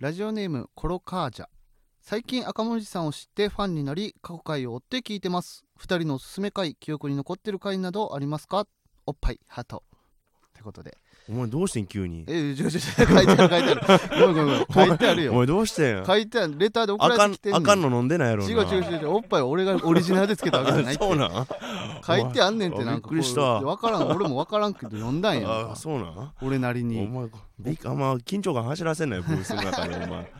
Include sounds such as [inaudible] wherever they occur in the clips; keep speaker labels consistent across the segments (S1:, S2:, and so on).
S1: ラジオネームコロカージャ最近赤文字さんを知ってファンになり過去回を追って聞いてます二人のおすすめ回記憶に残ってる回などありますかおっぱいハートってことで
S2: お前どうしてん急に
S1: えちょちょちょ書いてある書いてあるごめんごめんごめん書いてある
S2: お [laughs]
S1: よ
S2: 前どうしてん
S1: 書いてあるレターで送
S2: あ
S1: られ
S2: かん
S1: てきてん
S2: あ
S1: ね
S2: か
S1: ん
S2: んの飲んでないやろな
S1: 違う違う違う違うおっぱいは俺がオリジナルでつけたわけじゃない
S2: あ
S1: って
S2: [laughs] そうなんあ
S1: 書いてあんねんってなんか
S2: びっくりした
S1: 分からん俺も分からんけど読んだんやんか
S2: そうなん
S1: 俺なり
S2: お
S1: に
S2: 前びっあんま緊張感走らせんなよブースの中でお
S1: [laughs]
S2: 前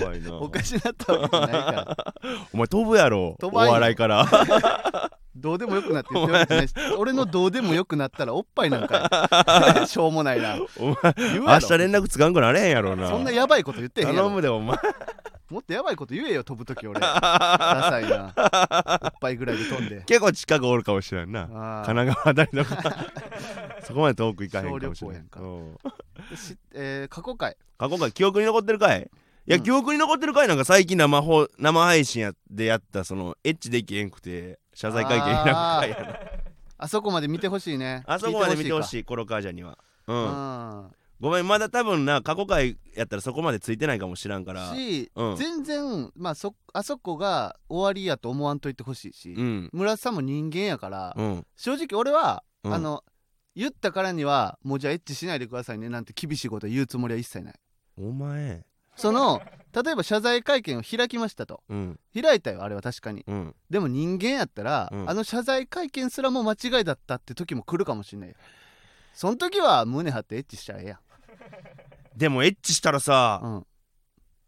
S2: 怖いな
S1: おかしなったわけじゃないから
S2: お前飛ぶやろお
S1: 飛ばんよ
S2: 笑いから
S1: どうでもよくなって言ってるわけじゃないし俺のどうでもよくなったらおっぱいなんかよ
S2: [laughs]
S1: しょうもないな
S2: お前
S1: 言う
S2: 明
S1: やろ
S2: 日連絡つかんくなれへんやろな
S1: そんなやばいこと言ってへんや
S2: 頼
S1: ろ
S2: むでお前
S1: もっとやばいこと言えよ飛ぶとき
S2: [laughs]
S1: 俺ダサいなおっぱいぐらいで飛んで
S2: 結構近くおるかもしれんな
S1: あー
S2: 神奈川大とか
S1: [laughs]
S2: そこまで遠く行かへんかもしれ
S1: 小旅行や
S2: ん
S1: んかしえー過去回
S2: 過去回記憶に残ってるかいいや、
S1: うん
S2: 記憶に残ってるかいなんか最近生放生配信やでやったそのエッチできへんくて謝罪会見開く回やな
S1: あそこまで見てほしいね
S2: あそこまで見てほ
S1: い
S2: しいコロカージャには
S1: か
S2: う
S1: う
S2: ん、
S1: ん
S2: ごめんまだ多分な過去回やったらそこまでついてないかもしらんから
S1: し、
S2: うん
S1: 全然、まあ、そあそこが終わりやと思わんといてほしいし、
S2: うん
S1: 村田さんも人間やから、
S2: うん、
S1: 正直俺は、
S2: うん、
S1: あの言ったからにはもうじゃあエッチしないでくださいねなんて厳しいこと言うつもりは一切ない
S2: お前
S1: その例えば謝罪会見を開きましたと
S2: うん
S1: 開いたよあれは確かに
S2: うん
S1: でも人間やったら、
S2: うん
S1: あの謝罪会見すらも間違いだったって時も来るかもしれないよその時は胸張ってエッチしちゃえや
S2: でもエッチしたらさ、
S1: うん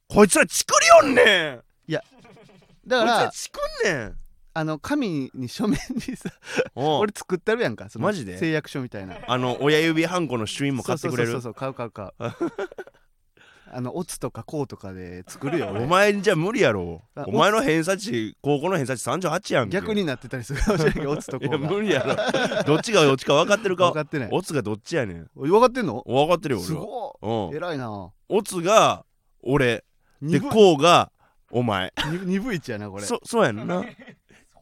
S2: こいつらチクりよんねん
S1: だ
S2: こ
S1: か
S2: いつら
S1: ら
S2: チクんねん
S1: あの紙に書面にさ
S2: お
S1: [laughs]
S2: う
S1: 俺作ったるやんかその
S2: マジで
S1: 誓約書みたいな
S2: あの親指ハンコの朱印も買ってくれる
S1: そうそうそうそう買う買う買
S2: [laughs]
S1: うあのオツとかコウとかで作るよ
S2: お
S1: 俺
S2: 前じゃ無理やろ
S1: あ
S2: お前の偏差値高校の偏差値38やんけ
S1: 逆になってたりするかもしれんけどオツと
S2: い
S1: コ
S2: や
S1: ウが
S2: 無理やろどっちがどっちか分かってる
S1: 分
S2: か
S1: かってない
S2: オツがどっちやねん
S1: お分かってんの
S2: 分かってるよ
S1: す
S2: 俺は
S1: ご
S2: う
S1: い偉いなん
S2: オツが俺で
S1: 鈍
S2: こうがお前
S1: 鈍いちやなこれ
S2: そそうや
S1: [laughs]
S2: んな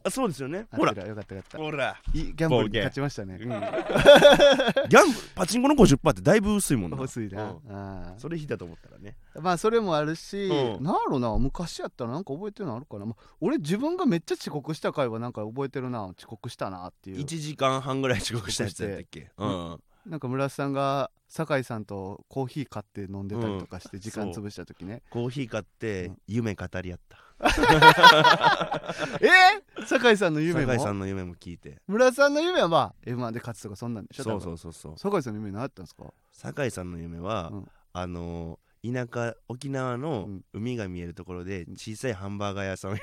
S2: あそうですよね
S1: あ
S2: ほら
S1: よかったよかった
S2: ほら、
S1: いいギャンブルに勝ちました
S2: うん、
S1: ね
S2: ギャンブルパチンコの50%ってだいぶ薄いもんな
S1: 薄いな
S2: う
S1: あー
S2: それ引いたと思ったらね
S1: まあそれもあるし
S2: うん
S1: なんやろな昔やったらなんか覚えてるのあるかなまあ俺自分がめっちゃ遅刻した回はなんか覚えてるな遅刻したなっていう
S2: 1時間半ぐらい遅刻したやつやったっけう
S1: 刻して
S2: ん
S1: なんか村瀬さんが酒井さんとコーヒー買って飲んでたりとかして時間潰した時ね、
S2: コーヒー買って
S1: うん
S2: 夢語り合った
S1: えー、酒井さんの夢
S2: 酒井さ
S1: も
S2: んの夢も聞いて
S1: 村瀬さんの夢はまあ M1 で勝つとかそんなんでしょ
S2: そうそううそうそう
S1: 酒井さんの夢何やったんですか [laughs]
S2: 酒井さんの夢は、
S1: うん
S2: あのー田舎沖縄の
S1: うん
S2: 海が見えるところで
S1: うん
S2: 小さいハンバーガー屋さんを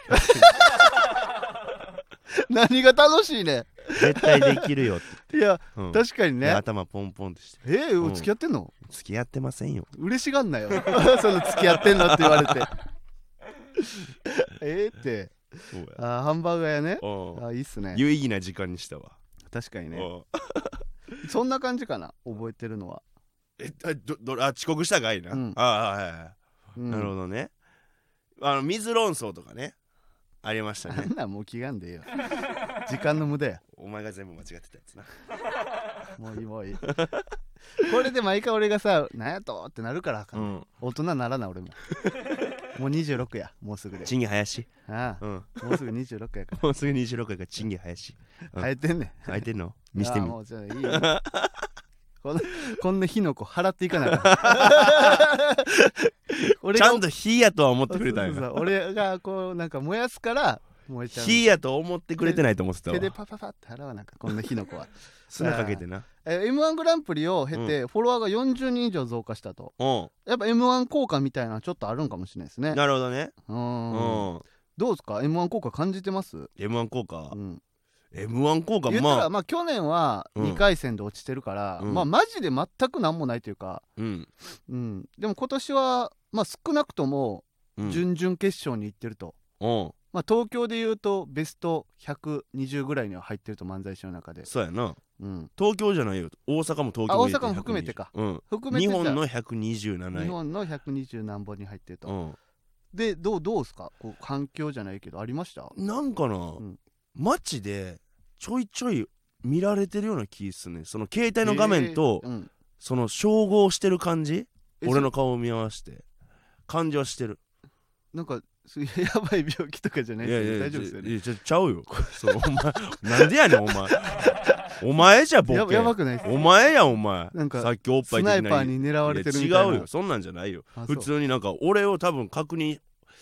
S1: 何が楽しいね
S2: [laughs] 絶対できるよって、
S1: いや
S2: うん
S1: 確かに
S2: で
S1: ね
S2: 頭ポンポンとして
S1: えー、
S2: うん
S1: 付き合ってんの
S2: 「付き合ってませんよ
S1: 嬉しがんなよ [laughs] その付き合ってんのって言われ
S2: [laughs]
S1: てえーって」
S2: そうや
S1: あーハンバーガー屋ね
S2: うん
S1: あーいいっすね
S2: 有意義な時間にしたわ、
S1: 確かにね
S2: うん
S1: そんな感じかな覚えてるのは、
S2: えあどどあ遅刻したかいな、
S1: うん
S2: ああはいはい、
S1: うん
S2: なるほどねあの水論争とかねありまし
S1: [laughs]
S2: た
S1: あ
S2: ね
S1: んなんもう気がんでいいよ時間の無駄や
S2: お前が全部間違ってたやつな
S1: もういいもういいこれで毎回俺がさ「なんやと?」ってなるからあかん
S2: うん
S1: 大人ならな
S2: [laughs]
S1: 俺ももう26やもうすぐで
S2: 賃金林
S1: あ
S2: うん
S1: あもうすぐ26やか
S2: もうすぐ26回から賃金林う
S1: ら
S2: ん
S1: 生えてんねん
S2: 空いてんの見してみ
S1: ああもうじゃあいいよこんなこんな火の粉払っていかない俺
S2: [laughs] ち
S1: が
S2: ゃんと火やとは思って
S1: そう
S2: く
S1: そう
S2: れた
S1: そ
S2: ん
S1: う
S2: や
S1: 俺がこうなんか燃やすから燃えちゃう
S2: 火やと思ってくれてないと思ってたわ
S1: 手でパパパって払わなきゃこんな火の粉は [laughs]
S2: 砂かけてな
S1: え m 1グランプリを経てフォロワーが40人以上増加したと
S2: うん
S1: やっぱ m 1効果みたいなのちょっとあるんかもしれないですね
S2: なるほどね
S1: う
S2: うん
S1: んどうですか m 1効果感じてます、
S2: M1 効果
S1: うん
S2: M1 効果
S1: 言ったら
S2: まあ
S1: まあ去年は
S2: うん
S1: 2回戦で落ちてるから、
S2: うん
S1: まあマジで全く何もないというか、
S2: うん
S1: うん、でも今年はまあ少なくとも
S2: うん
S1: 準々決勝に行ってると、
S2: うん
S1: まあ東京でいうとベスト120ぐらいには入ってると漫才師の中で、
S2: そうやな
S1: うん、
S2: 東京じゃないよ大阪も東京
S1: あ
S2: も入れ
S1: 大阪も含めてか
S2: 120うん
S1: 含めて
S2: 日
S1: じゃあ
S2: 本の127
S1: 日
S2: 位
S1: 本の120何本に入ってると、
S2: うん
S1: でどうどうですかこう環境じゃないけどありました
S2: なんかな、
S1: ん
S2: 街でちょいちょい見られてるような気っすねその携帯の画面と、
S1: えーうん
S2: その照合してる感じ
S1: え
S2: 俺の顔を見合わせて感じはしてる
S1: なんかそういう [laughs] やばい病気とかじゃない
S2: いやい
S1: です
S2: や
S1: よね大
S2: ち
S1: 丈
S2: ょ
S1: 夫ですよ
S2: い
S1: ね
S2: やちょちゃうよそうお前なんでやね
S1: [laughs]
S2: んお前お前じゃボ
S1: や
S2: ケ
S1: やばくないです
S2: お前やお前
S1: なんか
S2: さっきおっぱい
S1: ス
S2: 的
S1: ナ
S2: な
S1: イパーに狙われてるみたい
S2: い
S1: な
S2: や違うよそんなんじゃないよ
S1: あ
S2: 普
S1: そう
S2: 通になんか俺を多分確認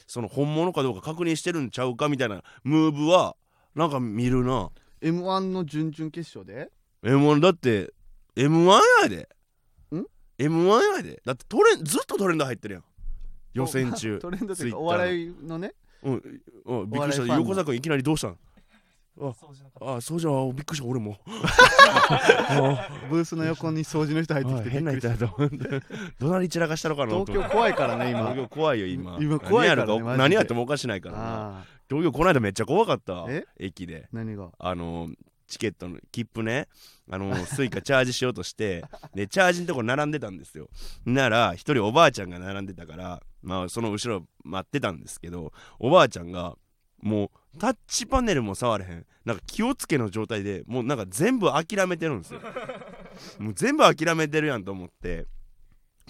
S2: その本物かどうか確認してるんちゃうかみたいなムーブはなんか見るな
S1: m 1の準々決勝で
S2: M1 だって M1 やで
S1: ん
S2: M1 やでだってトレンずっとトレンド入ってるやん予選
S1: お
S2: 中
S1: [laughs] トレンドというか
S2: Twitter の
S1: お笑いのね
S2: うんうんびっくりし
S1: お笑いファン
S2: た
S1: の
S2: 横坂君いきなりどうしたんあ
S3: そうじゃなかった
S2: あそうじゃんびっくりした俺もあ
S1: ブースの横に掃除の人入ってきて
S2: 変な
S1: びっく
S2: 人
S1: り
S2: やと思って [laughs] どなり散らかしたのかなと思
S1: 東
S2: って
S1: 京怖いからね今
S2: 東京怖いよ今
S1: 今怖いからね
S2: 何やる
S1: マジ
S2: か
S1: で
S2: 何やってもおかしないからな
S1: ああ
S2: 東京この間めっちゃ怖かった
S1: え
S2: 駅で
S1: 何が
S2: あのチケットの切符ねあのスイカチャージしようとしてでチャージのとこ並んでたんですよなら一人おばあちゃんが並んでたからまあその後ろ待ってたんですけどおばあちゃんがもうタッチパネルも触れへんなんか気をつけの状態でもうなんか全部諦めてるんですよもう全部諦めてるやんと思って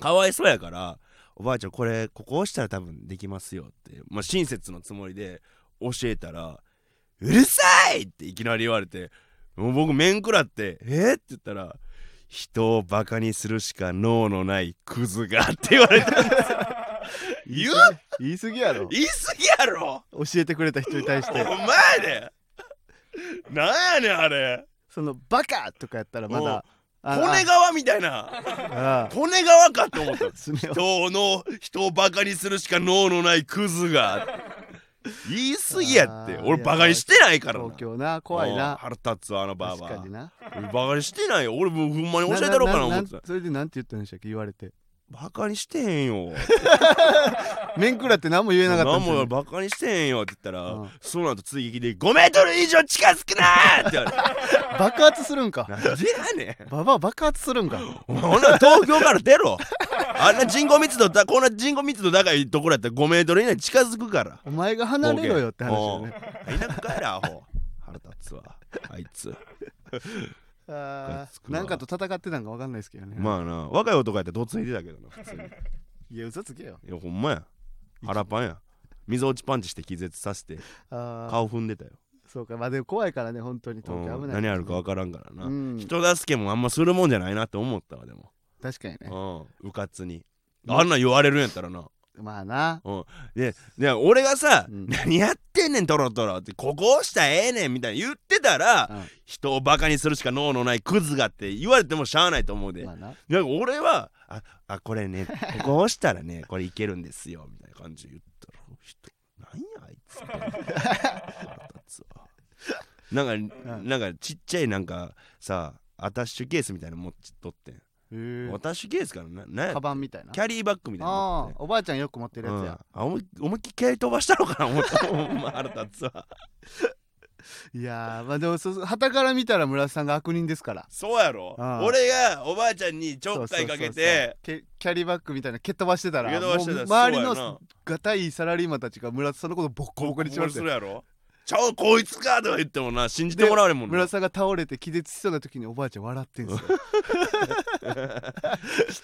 S2: かわいそうやからおばあちゃんこれここ押したら多分できますよってまあ親切のつもりで教えたら「うるさい!」っていきなり言われてもう僕面食らって「えっ?」って言ったら「人をバカにするしか脳のないクズが」って言わ
S1: [laughs]
S2: れたんですよ言う
S1: 言い過ぎやろ
S2: 言い過ぎやろ
S1: 教えてくれた人に対し
S2: お [laughs]
S1: て
S2: 前でなんやねんあれ
S1: そのバカとかやったらまだあ
S2: 骨川みたいな
S1: ああ
S2: 骨川かって思った
S1: すねを
S2: 人の人をバカにするしか脳のないクズが言い過ぎやって
S1: あー
S2: 俺バカにしてないからな
S1: 東京な怖い
S2: うん
S1: な
S2: 腹立つわあのバ
S1: 確
S2: ーバ
S1: かに
S2: ー
S1: な
S2: バカにしてないよ俺もうほんまに教えたろうかな思ってた
S1: それでなんて言ったんでしたっけ言われて
S2: バカにしてへんよ
S1: 面食らって何も言えなかったん
S2: 何
S1: ですよ
S2: もバカにしてへんよって言ったら、
S1: うん
S2: その後追撃で5メートル以上近づくなーって言われ
S1: 爆発するん [laughs] か
S2: てなんでやねん
S1: ババア爆発するんか
S2: お前ほんなら東京から出ろあんな人口密度だこんな人口密度高いところやったら5メートル以内に近づくから
S1: お前が離れろよって話だよね
S2: ね田舎帰れアホ腹立つわあいつ
S1: あ
S2: がつ
S1: ー
S2: くわ
S1: なんかと戦ってたんか分かんないですけどね
S2: まあな若い男やったらどついてたけどな普通に
S1: いや嘘つけよ
S2: いやほんまや腹パンや溝落ちパンチして気絶させて
S1: ああ
S2: 顔踏んでたよ、
S1: そうかまあでも怖いからね本当に東京
S2: う
S1: 危
S2: ん
S1: ない
S2: 何あるか分からんからな、
S1: うん
S2: 人助けもあんまするもんじゃないなって思ったわでも、
S1: 確かにね
S2: うん、うかつにあんなん言われるんやったらな
S1: まあな
S2: でで俺がさ、
S1: うん
S2: 何やってんねんトロトロ」って「ここ押したらええねん」みたいに言ってたら、
S1: うん
S2: 人をバカにするしか脳のないクズがって言われてもしゃあないと思うで、
S1: まあな
S2: なんか俺は「ああこれねここ押したらねこれいけるんですよ」みたいな感じで言ったら「人なんやあいつ」腹立つわなんか、
S1: うん
S2: なんかちっちゃいなんかさアタッシュケースみたいなの持っとってん、
S1: へえ
S2: アタッシュケースからななんや
S1: カバンみたいな
S2: キャリーバッグみたいなの
S1: あ
S2: 持ってて
S1: あおばあちゃんよく持ってるやつや、
S2: うん、あ思い思いっきり蹴り飛ばしたの [laughs] かな思ったほんま腹立つわ
S1: いやーまあでもそはたから見たら村瀬さんが悪人ですから
S2: そうやろ
S1: ああ
S2: 俺がおばあちゃんにちょっかいかけて
S1: そうそうそうけキャリーバッグみたいな蹴っ飛ばしてたら
S2: 蹴飛ばしてた
S1: もう
S2: ら
S1: 周り
S2: そうやな
S1: のがたいサラリーマンたちが村瀬さんのことボッコボコにしまし
S2: す
S1: て
S2: るやろちゃうこいつかとか言ってもな信じてもらわれんもん
S1: 村
S2: な
S1: 瀬さんが倒れて気絶しそうな時におばあちゃん笑ってんすよ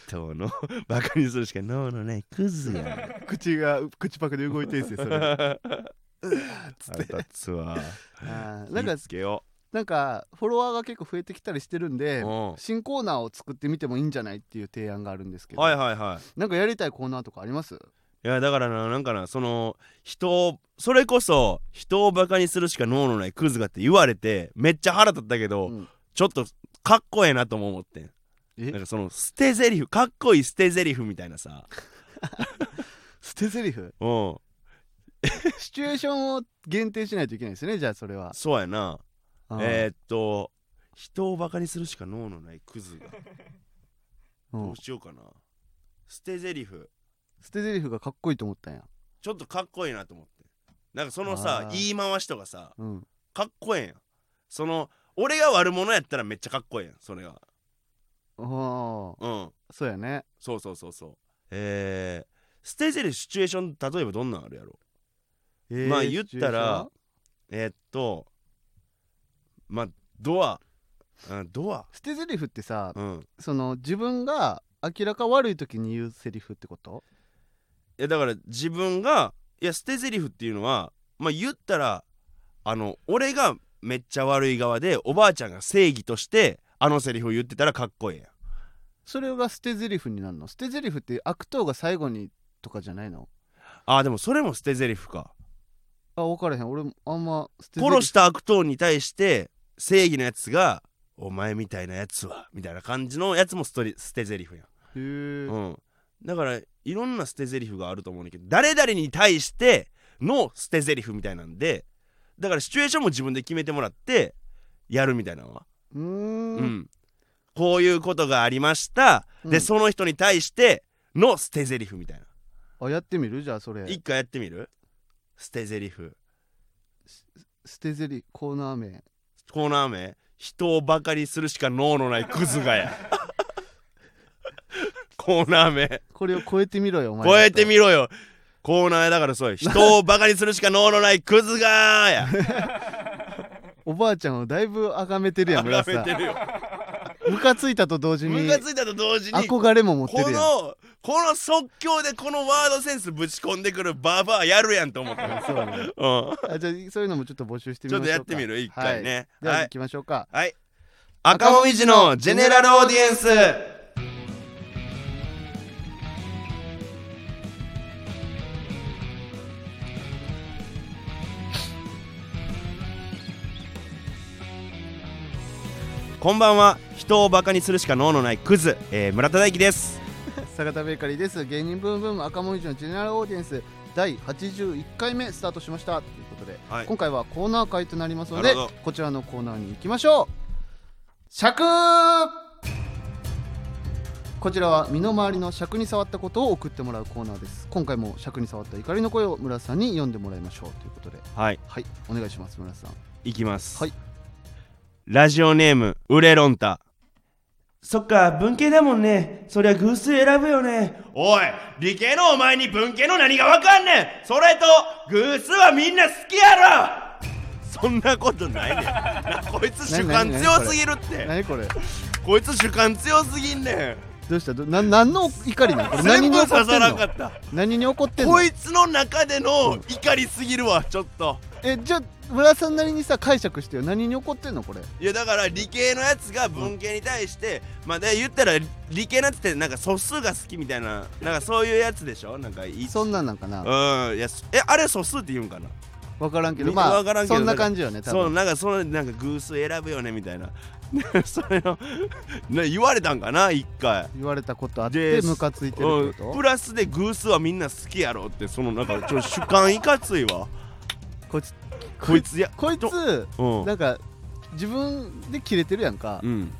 S2: 人の [laughs] バカにするしか脳のないクズやね
S1: [laughs] 口が口パクで動いてんすよ
S2: [laughs]
S1: それあ
S2: 腹立つわ
S1: ーなん
S2: 気
S1: か
S2: ぃつけよ
S1: なんかフォロワーが結構増えてきたりしてるんで
S2: うん
S1: 新コーナーを作ってみてもいいんじゃないっていう提案があるんですけ
S2: う
S1: ど、
S2: はいはいはい
S1: なんかやりたいコーナーとかあります
S2: いやだからななんかなその人をそれこそ人をバカにするしか脳のないクズがって言われてめっちゃ腹立ったけど、
S1: うん
S2: ちょっとかっこええなとも思ってん
S1: え
S2: なんかその捨て台詞かっこいい捨て台詞みたい
S1: [laughs]
S2: なさ
S1: 捨て台詞
S2: うん
S1: シチュエーションを限定しないといけないですねじゃあそれは、
S2: そうやな
S1: うん
S2: えー、っと人をバカにするしか脳のないクズが
S1: うん
S2: どうしようかな捨て台詞
S1: 捨て台詞がかっこいいと思ったんや
S2: ちょっとかっこいいなと思ってなんかそのさ
S1: あー
S2: 言い回しとかさ
S1: うん
S2: かっこええやんその俺が悪者やったらめっちゃかっこええやんそれが
S1: おー
S2: うん
S1: そうやね
S2: そうそうそうそうえー捨て台詞シチュエーション例えばどんなんあるやろ
S1: えー
S2: まあ言ったらえーっとまあドア、うん、ドア
S1: シチュエーション捨て台詞ってさ
S2: うん
S1: その自分が明らか悪い時に言うセリフってこと
S2: やだから自分がいや捨て台詞っていうのはまあ言ったらあの俺がめっちゃ悪い側でおばあちゃんが正義としてあのセリフを言ってたらかっこええやん
S1: それが捨て台詞になるの捨て台詞って悪党が最後にとかじゃないの
S2: あーでもそれも捨て台詞か
S1: あ分からへん俺もあんま捨て台詞
S2: 殺した悪党に対して正義のやつが「お前みたいなやつは」みたいな感じのやつもストリ捨て台詞やん
S1: へえ、
S2: うん、だからいろんな捨て台詞があると思うんだけど誰々に対しての捨て台詞みたいなんでだからシチュエーションも自分で決めてもらってやるみたいなのは、
S1: うー
S2: うん
S1: ん
S2: こういうことがありました、
S1: う
S2: で
S1: ん
S2: その人に対しての捨て台詞みたいな、
S1: あやってみるじゃあそれ
S2: 一回やってみる捨て台詞
S1: 捨てゼリコーナー名
S2: コーナー名人をバカにするしか能のないクズがやコーナー名
S1: これを超えてみろよお前
S2: 超えてみろよコーナーだか
S1: [laughs]
S2: らそうよ人をバカにするしか能のないクズがーや
S1: おばあちゃんをだいぶ崇めてるやん村瀬さ
S2: 崇めてるよ
S1: んムカついたと同時に
S2: ムカついたと同時にこ
S1: 憧れも持ってるやん
S2: のこの即興でこのワードセンスぶち込んでくるババアやるやんと思ったよ、
S1: そうね
S2: うん、
S1: あじゃあそういうのもちょっと募集してみ
S2: ちょ
S1: ましょ
S2: っ
S1: う
S2: と
S1: か
S2: やってみる一回
S1: はい
S2: ね
S1: で
S2: は
S1: はい行きましょうか、
S2: はい赤もみじのジェネラルオーディエンスこんばんは人をバカにするしか能のないクズ、えー、村田大樹です
S1: 坂田ベーカリーです芸人ブームブーム赤もみじのジェネラルオーディエンス第81回目スタートしましたということで、
S2: はい
S1: 今回はコーナー会となりますの
S2: な
S1: で
S2: るほど
S1: こちらのコーナーに行きましょう尺こちらは身の回りの尺に触ったことを送ってもらうコーナーです今回も尺に触った怒りの声を村さんに読んでもらいましょうということで
S2: はい
S1: はいお願いします村さん
S2: いきます
S1: はい
S2: ラジオネームウレロンタそっか文系だもんねそりゃ偶数選ぶよねおい理系のお前に文系の何がわかんねんそれと偶数はみんな好きやろそんなことない [laughs] ねんなこいつ主観
S1: 何何何
S2: 強すぎるって
S1: 何これ
S2: こいつ主観強すぎんね
S1: どうしたどな何の怒りなのこれ
S2: ん
S1: 何
S2: 全
S1: に怒
S2: 部刺
S1: って
S2: さ
S1: ん
S2: らんか
S1: の
S2: った
S1: 何に怒ってんの
S2: こいつの中での怒りすぎるわちょっと
S1: えじゃあ村さんなりにさ解釈してよ何に怒ってんのこれ
S2: いやだから理系のやつが文系に対して、まあで言ったら理系のやつってなんか素数が好きみたいななんかそういうやつでしょなんかいい
S1: そんなんなんかな
S2: うんいやすえあれ素数って言うんかな
S1: 分からんけど
S2: み
S1: ま
S2: わから
S1: あ
S2: んけど
S1: そんな感じよね多
S2: そう
S1: 分
S2: なんかそのなんか偶数選ぶよねみたいな [laughs] それをな言われたんかな一回
S1: 言われたことあって
S2: で
S1: ムカついて
S2: う
S1: る
S2: ん
S1: ってこ
S2: プラスで偶数はみんな好きやろってそのなんかちょっと主観いかついわ
S1: とこいつ
S2: こいつや
S1: こい
S2: と
S1: つ
S2: うん
S1: なんか自分でキレてるやんか
S2: うん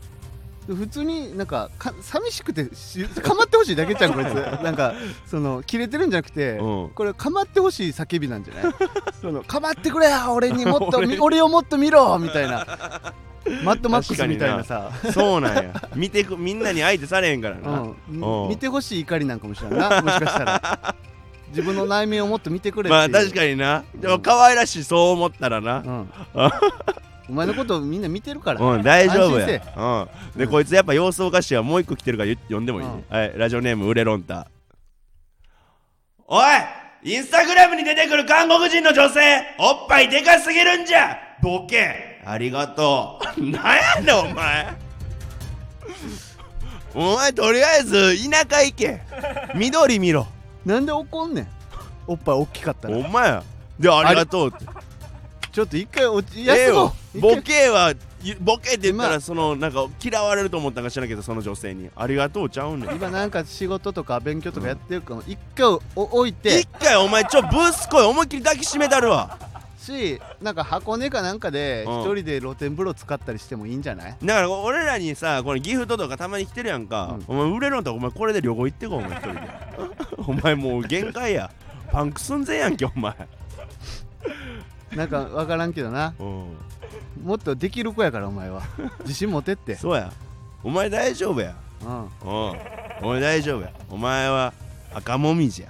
S1: 普通になんかか寂しくてしかまってほしいだけじゃん
S2: [laughs]
S1: こいつなんかそのキレてるんじゃなくて
S2: うん
S1: これかまってほしい叫びなんじゃ
S2: [laughs]
S1: ないそのかまってくれよ俺にもっと
S2: 俺
S1: 俺俺をもっと見ろみたいなマッドマックスみたいなさ
S2: そうなんや見てくみんなに相手されへんからな、
S1: うん
S2: うん
S1: 見てほしい怒りなんかもしれん
S2: [laughs]
S1: なもしかしたら自分の内面をもっと見てくれって
S2: まあ
S1: いう
S2: 確かになでも可愛らしいそう思ったら
S1: う
S2: な
S1: ん、お前のことみんな見てるから、
S2: うん大丈夫
S1: 安心
S2: や
S1: せ
S2: うんで
S1: うん
S2: こいつやっぱ様子おかしいわもう一個来てるから読んでもいいねはいラジオネームウレロンタおいインスタグラムに出てくる韓国人の女性おっぱいでかすぎるんじゃボケありがとう [laughs] なんやねんお前お前とりあえず田舎行け緑見ろ
S1: なんで怒んねんおっぱい大きかった
S2: お
S1: ら
S2: 前やでありがとうって
S1: ちょっと一回おち
S2: ええ
S1: 休も
S2: よ
S1: う一回
S2: ボケはゆボケって言った
S1: ま
S2: らそのなんか嫌われると思ったんか知らんけどその女性にありがとうちゃうねん
S1: 今なんか仕事とか勉強とかやってるから、一回お置いて
S2: 一回お前ちょブスこい思いっきり抱きしめたるわ
S1: しなんか箱根かなんかで
S2: うん
S1: 一人で露天風呂使ったりしてもいいんじゃない、
S2: だから俺らにさこれギフトとかたまに来てるやんか、お前売れるんだお前これで旅行行ってこお前一人で [laughs] お前もう限界やパンク寸前やんけお前
S1: なんか分からんけどな
S2: うん
S1: もっとできる子やからお前は自信持てって、
S2: そうやお前大丈夫や
S1: うん
S2: うんお前大丈夫やお前は赤もみじや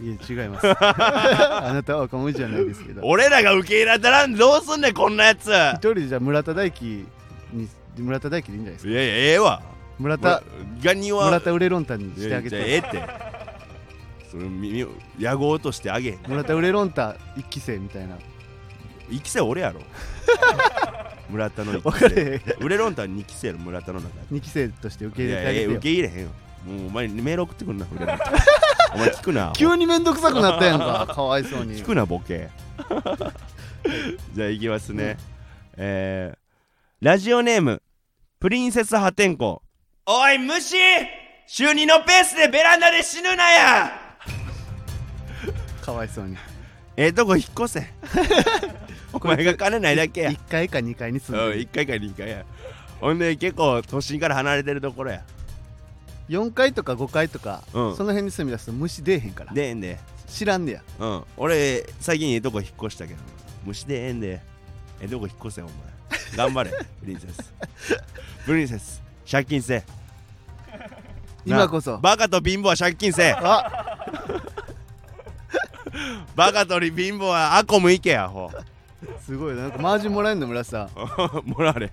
S1: いや違います [laughs] あなたは若者じゃないですけど
S2: 俺らが受け入れたらんどうすんねんこんなやついや
S1: 一人でじゃあ村田大樹に村田大樹でいいんじゃないですか
S2: いやええわ
S1: 村
S2: ま
S1: 田
S2: ガニは
S1: 村田ウレロンタンにしてあげ
S2: い
S1: て
S2: やじゃあええってその耳を野号としてあげへん
S1: 村田ウレロンタ一期生みたいな
S2: 一期生
S1: [laughs]
S2: 俺やろ村田の一
S1: 分
S2: 期
S1: か
S2: 生
S1: れへん
S2: ウレロンタは2期生やろ村田の中で
S1: 2期生として受け
S2: い
S1: 入れてあ
S2: やい
S1: げ
S2: や
S1: て
S2: 受
S1: よ
S2: け入れへんよもうお前メール送ってくんな俺
S1: [laughs]
S2: らにお前聞くな
S1: 急に面倒くさくなったやん
S2: [laughs]
S1: かかわいそうに
S2: 聞くなボケじゃあいきますね、えー、ラジオネームプリンセス破天荒おい虫週2のペースでベランダで死ぬなや
S1: かわいそうに
S2: ええとこ引っ越 [laughs] せお前が金ないだけや
S1: 1階か2階に住ん
S2: うん
S1: でる
S2: 1回か2回やほんで結構都心から離れてるところや
S1: 4階とか5階とか、
S2: うん
S1: その辺に住み出すと虫出えへんから
S2: でえんで
S1: 知らんねや
S2: うん俺最近ええとこ引っ越したけど虫でええんでええとこ引っ越せお前頑 [laughs] 張れプリンセスプリンセス借金せな
S1: 今こそ
S2: バカと貧乏は借金 [laughs] せ
S1: あ
S2: バカと貧乏はアコム行けやほ [laughs]
S1: すごいなんかマージンもらえんの村さん
S2: もらわれ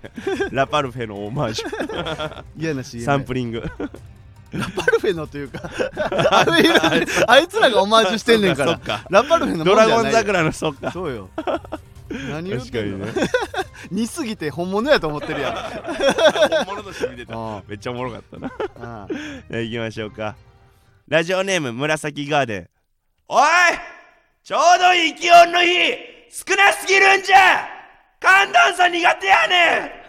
S2: ラパルフェのオマー [laughs] ジュ
S1: 嫌な CM
S2: サンプリング
S1: ラパルフェのというかあれ以来あいつらがオマージュしてんねんから
S2: そっか
S1: ラパルフェのもんじ
S2: ド
S1: ゃな
S2: ラ
S1: い
S2: ゴン桜のそっか
S1: そうよ何言っ
S2: 確か
S1: てん
S2: に
S1: の
S2: ね
S1: [laughs] 似すぎて本物やと思ってるやん
S2: 本物として [laughs] 見て
S1: ああ
S2: ためっちゃおもろかったな
S1: ああ
S2: じゃあ行きましょうかラジオネーム紫ガーデンおいちょうどいい気温の日少なすぎるんじゃ寒暖差苦手やね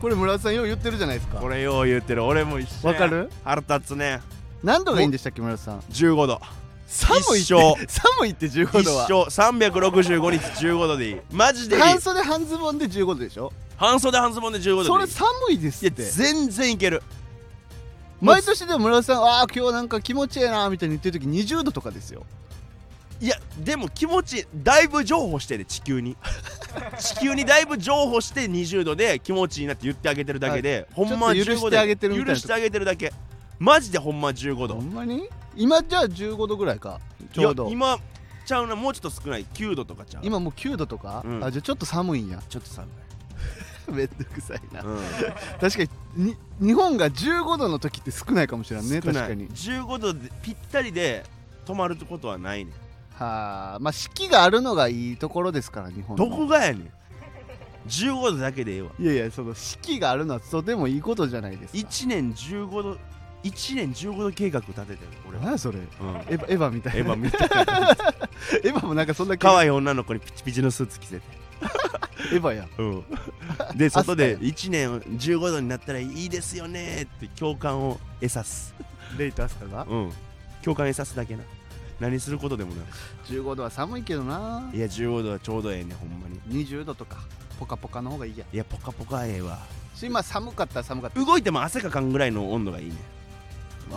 S1: これ村田さんよう言ってるじゃないですか
S2: んこれよう言ってる俺も一緒
S1: わ
S2: や
S1: かる
S2: 腹立つね
S1: 何度がいいんでしたっけ村田さん
S2: 15度
S1: 寒い
S2: 一生
S1: って寒いって15
S2: 一
S1: 度は
S2: 生365日15度でいいマジでいい
S1: 半袖半ズボンで15度でしょ
S2: 半袖半ズボンで15
S1: そ
S2: 度で
S1: れ
S2: いい
S1: 寒いですっ
S2: い
S1: て
S2: や全然いける
S1: 毎年でも村田さんああ今日なんか気持ちええなみたいに言ってる時20度とかですよ
S2: いやでも気持ちだいぶ譲歩してね地
S1: [laughs]
S2: 球に地球にだいぶ譲歩して20度で気持ちいいなって言ってあげてるだけで、ほんま
S1: [laughs]
S2: は
S1: ちょっと許
S2: 15
S1: してあげてるみたいな
S2: 許してあげてるだけマジでほんま15
S1: ほ
S2: 度
S1: んまに今じゃあ15度ぐらいかちょうど
S2: いや今ちゃうなもうちょっと少ない9度とかちゃう
S1: 今もう9度とか、
S2: うん
S1: あじゃあちょっと寒いんや
S2: ちょっと寒
S1: [laughs]
S2: い、
S1: めんどくさいな
S2: うん、
S1: 確かにに日本が15度の時って少ないかもしれんね
S2: 少
S1: 確
S2: ない
S1: かに
S2: 15度でぴったりで止まることはないね
S1: はあまあ四季があるのがいいところですから日本の
S2: どこがやねん15度だけでええわ
S1: いやいやその四季があるのはとてもいいことじゃないですか
S2: 1年15度1年15度計画立ててる俺は、
S1: 何やそれ
S2: うん、
S1: エヴァエヴァみた
S2: エ
S1: い
S2: ヴ
S1: な
S2: ァ見て
S1: エヴァもなんかそんな気
S2: 可愛い女の子にピチピチのスーツ着せて、
S1: エヴァや [laughs]
S2: で外で1年15度になったらいいですよねって共感を得さす、
S1: レイとアスカが
S2: うん、共感得さすだけな何することでもな
S1: 15度は寒いけどない
S2: いや15度はちょうどええねほんまに
S1: 20度とかポカポカの方がいいや
S2: いやポカポカええわ
S1: しまあ寒かったら寒かった
S2: 動いても汗かかんぐらいの温度がいいねだ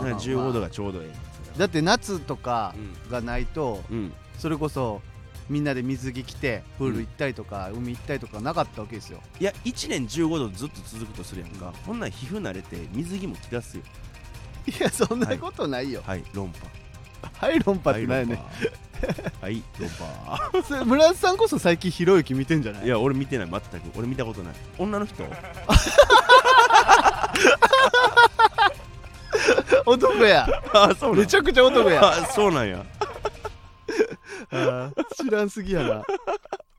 S1: まあまあ
S2: か
S1: ま
S2: ら
S1: あ
S2: 15度がちょうどええね
S1: だって夏とかがないと
S2: うん、うん、
S1: それこそみんなで水着着てプール行ったりとか、海行ったりとかなかったわけですよ
S2: いや1年15度ずっと続くとするやんかこんなん皮膚慣れて水着も着だすよ
S1: いやそんなことないよ
S2: はい論破
S1: はい論破っ
S2: は
S1: て
S2: い
S1: な
S2: 論
S1: い
S2: 破
S1: よね
S2: はい論破
S1: それ村田さんこそ最近ひろゆき見てんじゃない
S2: いや俺見てない全く俺見たことない女の人
S1: 男や
S2: あそ
S1: [laughs]
S2: う
S1: めちゃくちゃ男 [laughs] や
S2: あそうなんや
S1: あー知らんすぎやな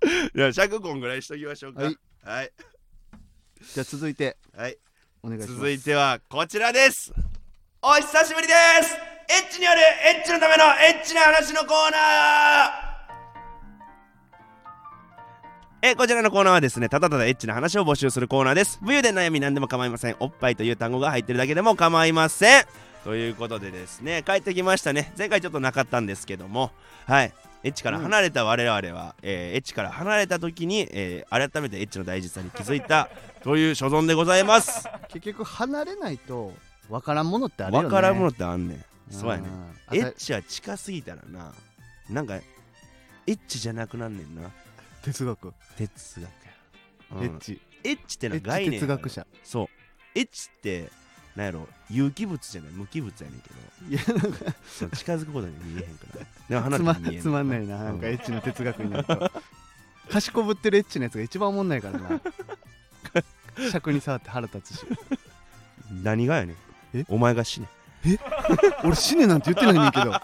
S1: い
S2: や尺コンぐらいしときましょうか
S1: は
S2: はいいはい、
S1: じゃあ続いてお願いします
S2: 続いてはこちらですお久しぶりですエッチによるエッチのためのエッチな話のコーナーえこちらのコーナーはですねただただエッチな話を募集するコーナーです武勇で悩み何でも構いませんおっぱいという単語が入ってるだけでも構いませんということでですね帰ってきましたね前回ちょっとなかったんですけどもはいエッチから離れた我々は、えーエッチから離れた時に、えー改めてエッチの大事さに気づいたという所存でございます
S1: 結局離れないと分からんものってあるよね
S2: 分からんものってあんねん
S1: ん
S2: そうやね
S1: あ
S2: エ
S1: た
S2: ッチは近すぎたらななんかエッチじゃなくなんねんな
S1: 哲学、
S2: 哲学や、
S1: エ
S2: エ
S1: ッ
S2: ッチ
S1: チ
S2: エッチって
S1: エ
S2: のは
S1: ッ
S2: 概
S1: チ
S2: 念
S1: 哲学者
S2: そうエッチってなんやろ有機物じゃない無機物やねんけど
S1: いやなんか
S2: その近づくことには見えへん
S1: [laughs]
S2: からでも離
S1: つ
S2: れ
S1: ま
S2: ても見えへん
S1: つまんないななんかエッチの哲学になるとかしこぶってるエッチなやつが一番おもんないから
S2: [laughs]
S1: な尺に触って腹立つし
S2: 何がやねん
S1: え
S2: お前が死ね
S1: 俺死ねなんて言ってないねんけど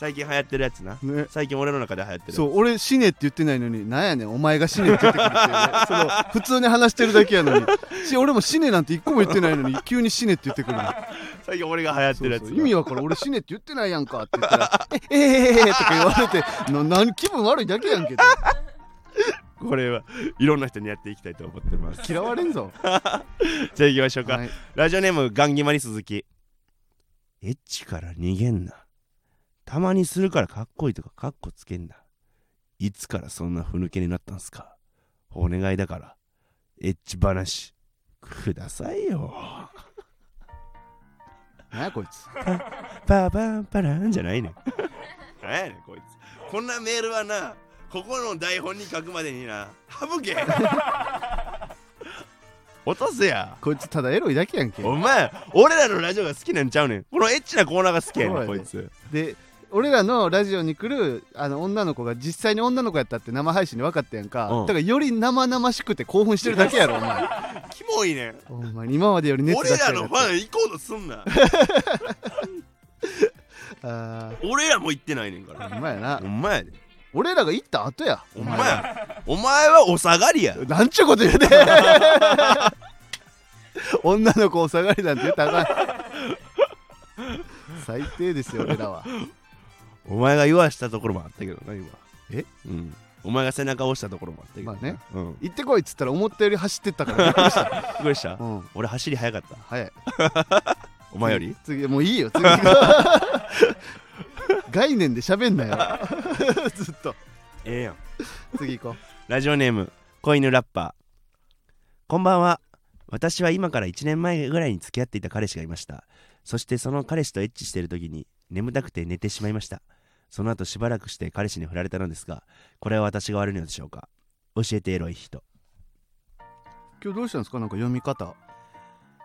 S2: 最近流行ってるやつな
S1: ね
S2: 最近俺の中で流行ってる
S1: そう俺死ねって言ってないのになんやねんお前が死ねって言ってくるっていうねその普通に話してるだけやのにし俺も死ねなんて一個も言ってないのに急に死ねって言ってくるの
S2: 最近俺が流行ってるやつ
S1: そうそう意味わからん俺死ねって言ってないやんかって言ったら「ええええええとか言われてななん気分悪いだけやんけど
S2: これはいろんな人にやっていきたいと思っ
S1: [laughs]
S2: てます
S1: 嫌われんぞ、
S2: じゃあ行きましょうか、
S1: はい、
S2: ラジオネームガンギマリ鈴木エッチから逃げんなたまにするからかっこいいとかかっこつけんないつからそんなふぬけになったんすかお願いだからエッチ話くださいよ
S1: なんやこいつ
S2: パパンパランじゃないねん何やねんこいつこんなメールはなここの台本に書くまでにな省け落とせや
S1: こいつただエロいだけやんけ
S2: [laughs] お前俺らのラジオが好きなんちゃうねんこのエッチなコーナーが好きやねん
S1: そ
S2: こ
S1: うや
S2: い
S1: ね
S2: つ
S1: で俺らのラジオに来るあの女の子が実際に女の子やったって生配信で分かったやんか、
S2: うん
S1: だからより生々しくて興奮してるだけやろお
S2: [laughs]
S1: 前
S2: キモいねん
S1: お前今までより熱出
S2: 俺
S1: して
S2: ら
S1: る
S2: のファン行こうとすん
S1: [laughs]
S2: な
S1: あ
S2: 俺らも行ってないねんから
S1: ーほんまやな
S2: お前やで
S1: 俺らが行った後や
S2: お前やお前はお下がりや
S1: なんちゅうこと言
S2: [laughs]
S1: うね女の子お下がりなんて言ったらあかん最低ですよ俺らは
S2: お前が言わしたところもあったけどな今
S1: え
S2: うんお前が背中を押したところもあったけどな
S1: まあね
S2: うん
S1: 行ってこいっつったら思ったより走ってったからびっくりした
S2: びっくりした
S1: うん
S2: 俺走り早かった
S1: 早い
S2: お前より
S1: 次もういい
S2: [laughs]
S1: よ次概念で喋んな
S2: [laughs]
S1: よずっと
S2: ええやん
S1: 次行こ
S2: ラジオネーム子犬ラッパーこんばんは私は今から1年前ぐらいに付き合っていた彼氏がいましたそしてその彼氏とエッチしている時に眠たくて寝てしまいましたその後しばらくして彼氏に振られたのですがこれは私が悪いのでしょうか教えてエロい人
S1: う今日どうしたんですかなんか読み方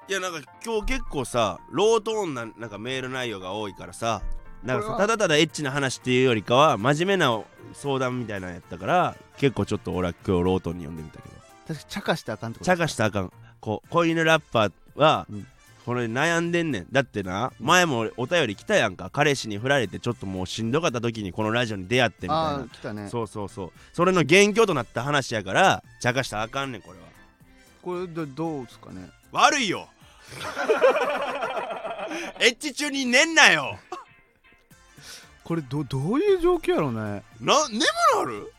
S2: いやなんか今日結構さロートーンななんかメール内容が多いからさなんか
S1: これ
S2: さ
S1: は
S2: ただただエッチな話っていうよりかは真面目な相談みたいなのやったから結構ちょっと俺は今日ロートーンに読んでみたけど
S1: 確か茶化してあかんってこと
S2: 茶化したらあかんこう子犬ラッパーは、
S1: うん
S2: これ悩んでんねんだってな前も俺お便り来たやんか彼氏に振られてちょっともうしんどかった時にこのラジオに出会ってみたい
S1: あ
S2: な
S1: あ来たね
S2: そうそうそうそれの元凶となった話やから茶化したらあかんねんこれは
S1: これどどうですかね
S2: 悪
S1: [laughs]
S2: いよエッチ中に寝んなよ
S1: これどどういう状況やろうね
S2: な眠なる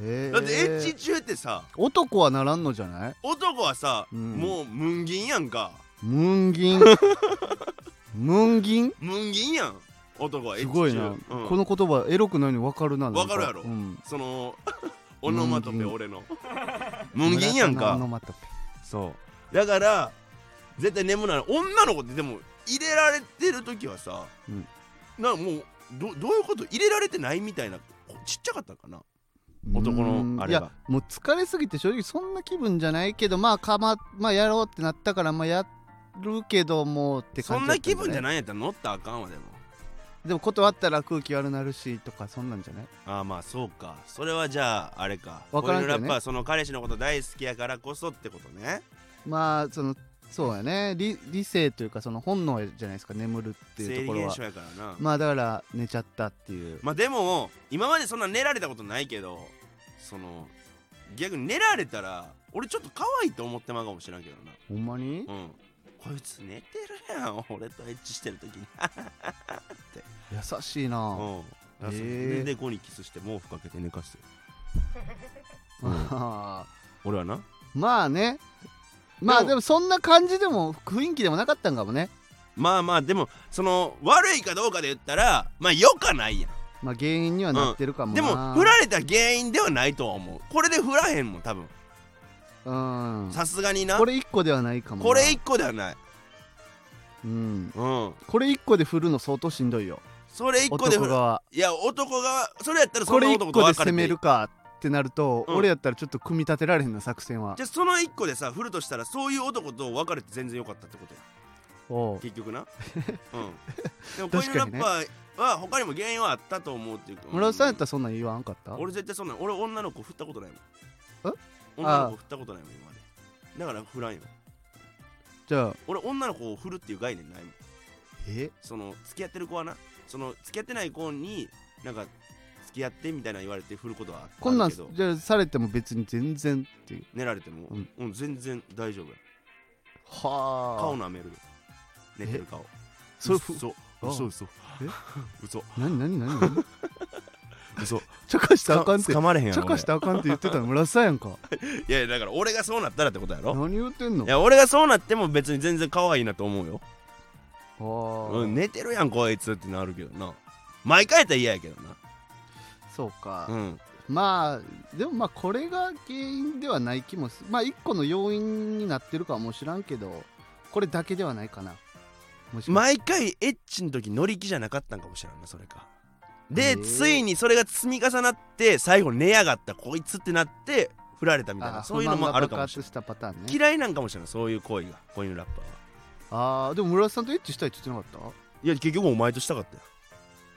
S1: へえ
S2: だってエッチ中ってさ
S1: 男はならんのじゃない
S2: 男はさ、
S1: うん
S2: もうムンギンやんか
S1: ムンギン
S2: [laughs]
S1: ムンギン
S2: ムンギンやん男はエッ
S1: す
S2: チ中
S1: ごいな、
S2: うん
S1: この言葉エロくないのに分かるななん
S2: 分かるやろ
S1: うん、
S2: その [laughs] オノマト
S1: ム
S2: ペ
S1: ンギン
S2: 俺のムンギンやん
S1: 村田のオノ
S2: か
S1: マトペ
S2: そうだから絶対眠なの女の子ってでも入れられてる時はさ、
S1: うん
S2: なんかもうどどういうこと入れられてないみたいなこちっちゃかったんかな男のあれ
S1: うんいや
S2: が
S1: もう疲れすぎて正直そんな気分じゃないけどまあかま、まあ、やろうってなったからまあやるけどもうって感
S2: そ
S1: じ
S2: んな気分じゃ
S1: い
S2: ないんやったら乗ったらあかんわでも
S1: でも断ったら空気悪なるしとかそんなんじゃない
S2: ああまあそうかそれはじゃああれか
S1: わからん
S2: こ
S1: けどね
S2: れのラッパーはその彼氏のこと大好きやからこそってことね
S1: まあそのそうやね理理性というかその本能じゃないですか眠るって
S2: 生
S1: いう
S2: 理
S1: ところは
S2: 現象やからな
S1: まあだから寝ちゃったっていう
S2: まあでも今までそんな寝られたことないけどその逆に寝られたら俺ちょっと可愛いと思ってまうかもしれんけどな
S1: ほんまに
S2: うんこいつ寝てるやん俺とエッチしてる時に
S1: 優しいな
S2: う
S1: ぁ
S2: んだからそ
S1: へ
S2: れ
S1: え
S2: ででこにキスして毛布かけて寝かすよ
S1: [laughs] ま
S2: 俺はな
S1: あねまあ
S2: でも
S1: でもそんな感じでも雰囲気でもなかったんかもね
S2: まあまあでもその悪いかどうかで言ったらまあよかないやん
S1: まあ原因にはなってるかもな
S2: でも振られた原因ではないとは思うこれで振らへんもん多分
S1: うん
S2: さすがにな
S1: これ一個ではないかもな
S2: これ一個ではない
S1: うん
S2: うん
S1: これ一個で振るの相当しんどいよ
S2: それ一個で
S1: 男
S2: 振る
S1: 側
S2: いや男がそれやったらそ
S1: こ
S2: の
S1: れ一
S2: 男と
S1: 個で
S2: 別
S1: 攻
S2: れて
S1: めるかってなると
S2: うん
S1: 俺やったらちょっと組み立てられへんな作戦は
S2: じゃあその一個でさ振るとしたらそういう男と別れて全然良かったってこと
S1: [laughs]
S2: や
S1: おう
S2: 結
S1: [laughs]
S2: 局なうんでもこうい
S1: 確
S2: うラ
S1: かに
S2: ッ
S1: ね
S2: パーは他にも原因はあったと思うっていうか
S1: 村田さんやったらそんなん言わんかった
S2: 俺絶対そんなん俺女の子振ったことないもん
S1: え
S2: 女の子振ったことないもん今までだから振らんよ
S1: じゃあ
S2: 俺女の子を振るっていう概念ないもん
S1: え
S2: その付き合ってる子はなその付き合ってない子になんか付き合ってみたいな言われて振ることはあるけど
S1: こんなんじゃあされても別に全然っていう
S2: 寝られても、
S1: う
S2: うんん全然大丈夫や
S1: はあ
S2: 顔舐めるよ寝てる顔
S1: それふ
S2: 嘘
S1: あ
S2: 嘘嘘
S1: え
S2: 嘘
S1: 何何何何 [laughs]
S2: 嘘
S1: ちゃかしたらあかんって
S2: つかまれへんや
S1: ちゃ
S2: ろ
S1: かしたらあかんって言ってたの村瀬さんやんか
S2: 俺いやいやだから俺がそうなったらってことやろ
S1: 何言ってんの
S2: いや俺がそうなっても別に全然可愛いなと思うよ、
S1: あー
S2: うん、寝てるやんこいつってなるけどな毎回やったら嫌やけどな
S1: そうか、
S2: うん
S1: まあでもまあこれが原因ではない気もすまあ一個の要因になってるかはもう知らんけどこれだけではないかなもしかし
S2: 毎回エッチの時乗り気じゃなかったんかもしれんなそれか
S1: へ
S2: で
S1: ー
S2: ついにそれが積み重なって最後寝やがったこいつってなって振られたみたい
S1: あ
S2: なそういうのもあるかもし
S1: 不満が爆発
S2: れ
S1: したパターン
S2: な
S1: ね
S2: い嫌いなんかもしれないそういう行為がこういうラッパーは
S1: あーでも村田さんとエッチしたいって言ってなかっ
S2: いや結局お前としたかったよ
S1: た